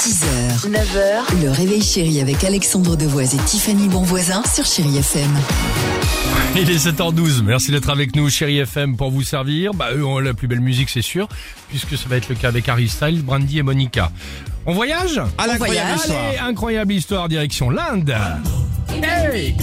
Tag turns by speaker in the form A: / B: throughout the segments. A: 6h, 9h, le réveil chéri avec Alexandre Devoise et Tiffany Bonvoisin sur Chéri FM.
B: Il est 7h12, merci d'être avec nous, chérie FM, pour vous servir. Bah, eux ont la plus belle musique, c'est sûr, puisque ça va être le cas avec Harry Styles, Brandy et Monica. On voyage
C: À l'incroyable
A: voyage.
C: histoire.
B: Allez, incroyable histoire, direction l'Inde. Hey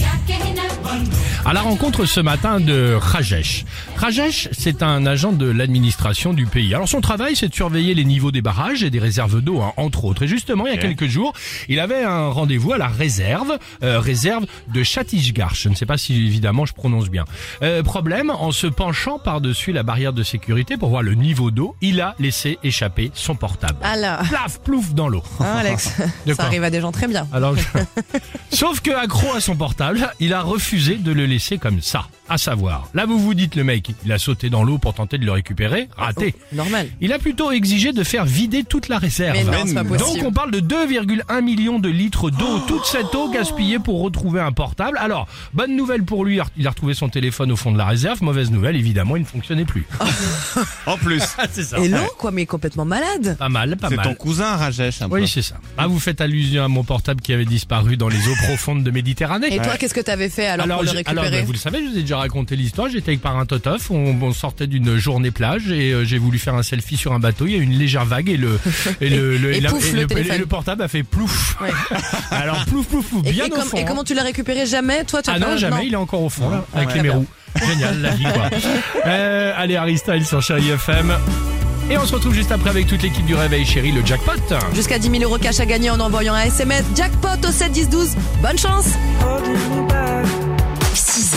B: à la rencontre ce matin de Rajesh. Rajesh, c'est un agent de l'administration du pays. Alors son travail, c'est de surveiller les niveaux des barrages et des réserves d'eau, hein, entre autres. Et justement, il y a quelques jours, il avait un rendez-vous à la réserve, euh, réserve de Chhattisgarh. Je ne sais pas si évidemment je prononce bien. Euh, problème, en se penchant par-dessus la barrière de sécurité pour voir le niveau d'eau, il a laissé échapper son portable.
D: Ah là,
B: Plaf, plouf dans l'eau.
D: hein, Alex,
B: De
D: ça
B: quoi
D: arrive à des gens très bien.
B: Alors, je- sauf que accro à son portable, il a refusé de le laisser comme ça. À savoir, là vous vous dites le mec, il a sauté dans l'eau pour tenter de le récupérer, raté.
D: Normal.
B: Il a plutôt exigé de faire vider toute la réserve.
D: Mais non, c'est pas
B: Donc
D: possible. Oh.
B: on parle de 2,1 millions de litres d'eau, toute cette eau gaspillée pour retrouver un portable. Alors, bonne nouvelle pour lui, il a retrouvé son téléphone au fond de la réserve. Mauvaise nouvelle, évidemment, il ne fonctionnait plus.
C: En plus,
D: Ah,
B: c'est ça.
D: Et l'eau, quoi, mais complètement malade.
B: Pas mal, pas
C: c'est
B: Ah, mal.
C: ton cousin Rajesh un peu.
B: Oui, c'est ça. Ah, vous faites allusion à mon portable qui avait disparu dans les eaux profondes de Méditerranée.
D: Et toi, qu'est-ce que t'avais fait alors, pour le
B: je-
D: récupérer
B: alors, bah, vous le savez, je vous ai déjà raconté l'histoire. J'étais avec Parrain Totof, on, on sortait d'une journée plage et euh, j'ai voulu faire un selfie sur un bateau. Il y a eu une légère vague et le et le,
D: Et
B: la-
D: pouf, le téléphone.
B: et le portable a fait plouf.
D: Ouais.
B: Alors plouf plouf plouf,
D: Et-
B: bien
D: et,
B: au
D: com-
B: fond.
D: et
B: hein.
D: comment tu l'as récupéré jamais Toi, tu as
B: Ah non,
D: pas-
B: jamais, il est encore au fond, là, avec
D: ouais.
B: les
D: Très bien.
B: mérous. Génial, la vie, quoi. Euh, allez, Harry Styles sur Chéri FM. Et on se retrouve juste après avec toute l'équipe du Réveil Chéri, le jackpot.
D: Jusqu'à 10 000 euros cash à gagner en envoyant un SMS jackpot au 7 10 12. Bonne chance
A: 6h,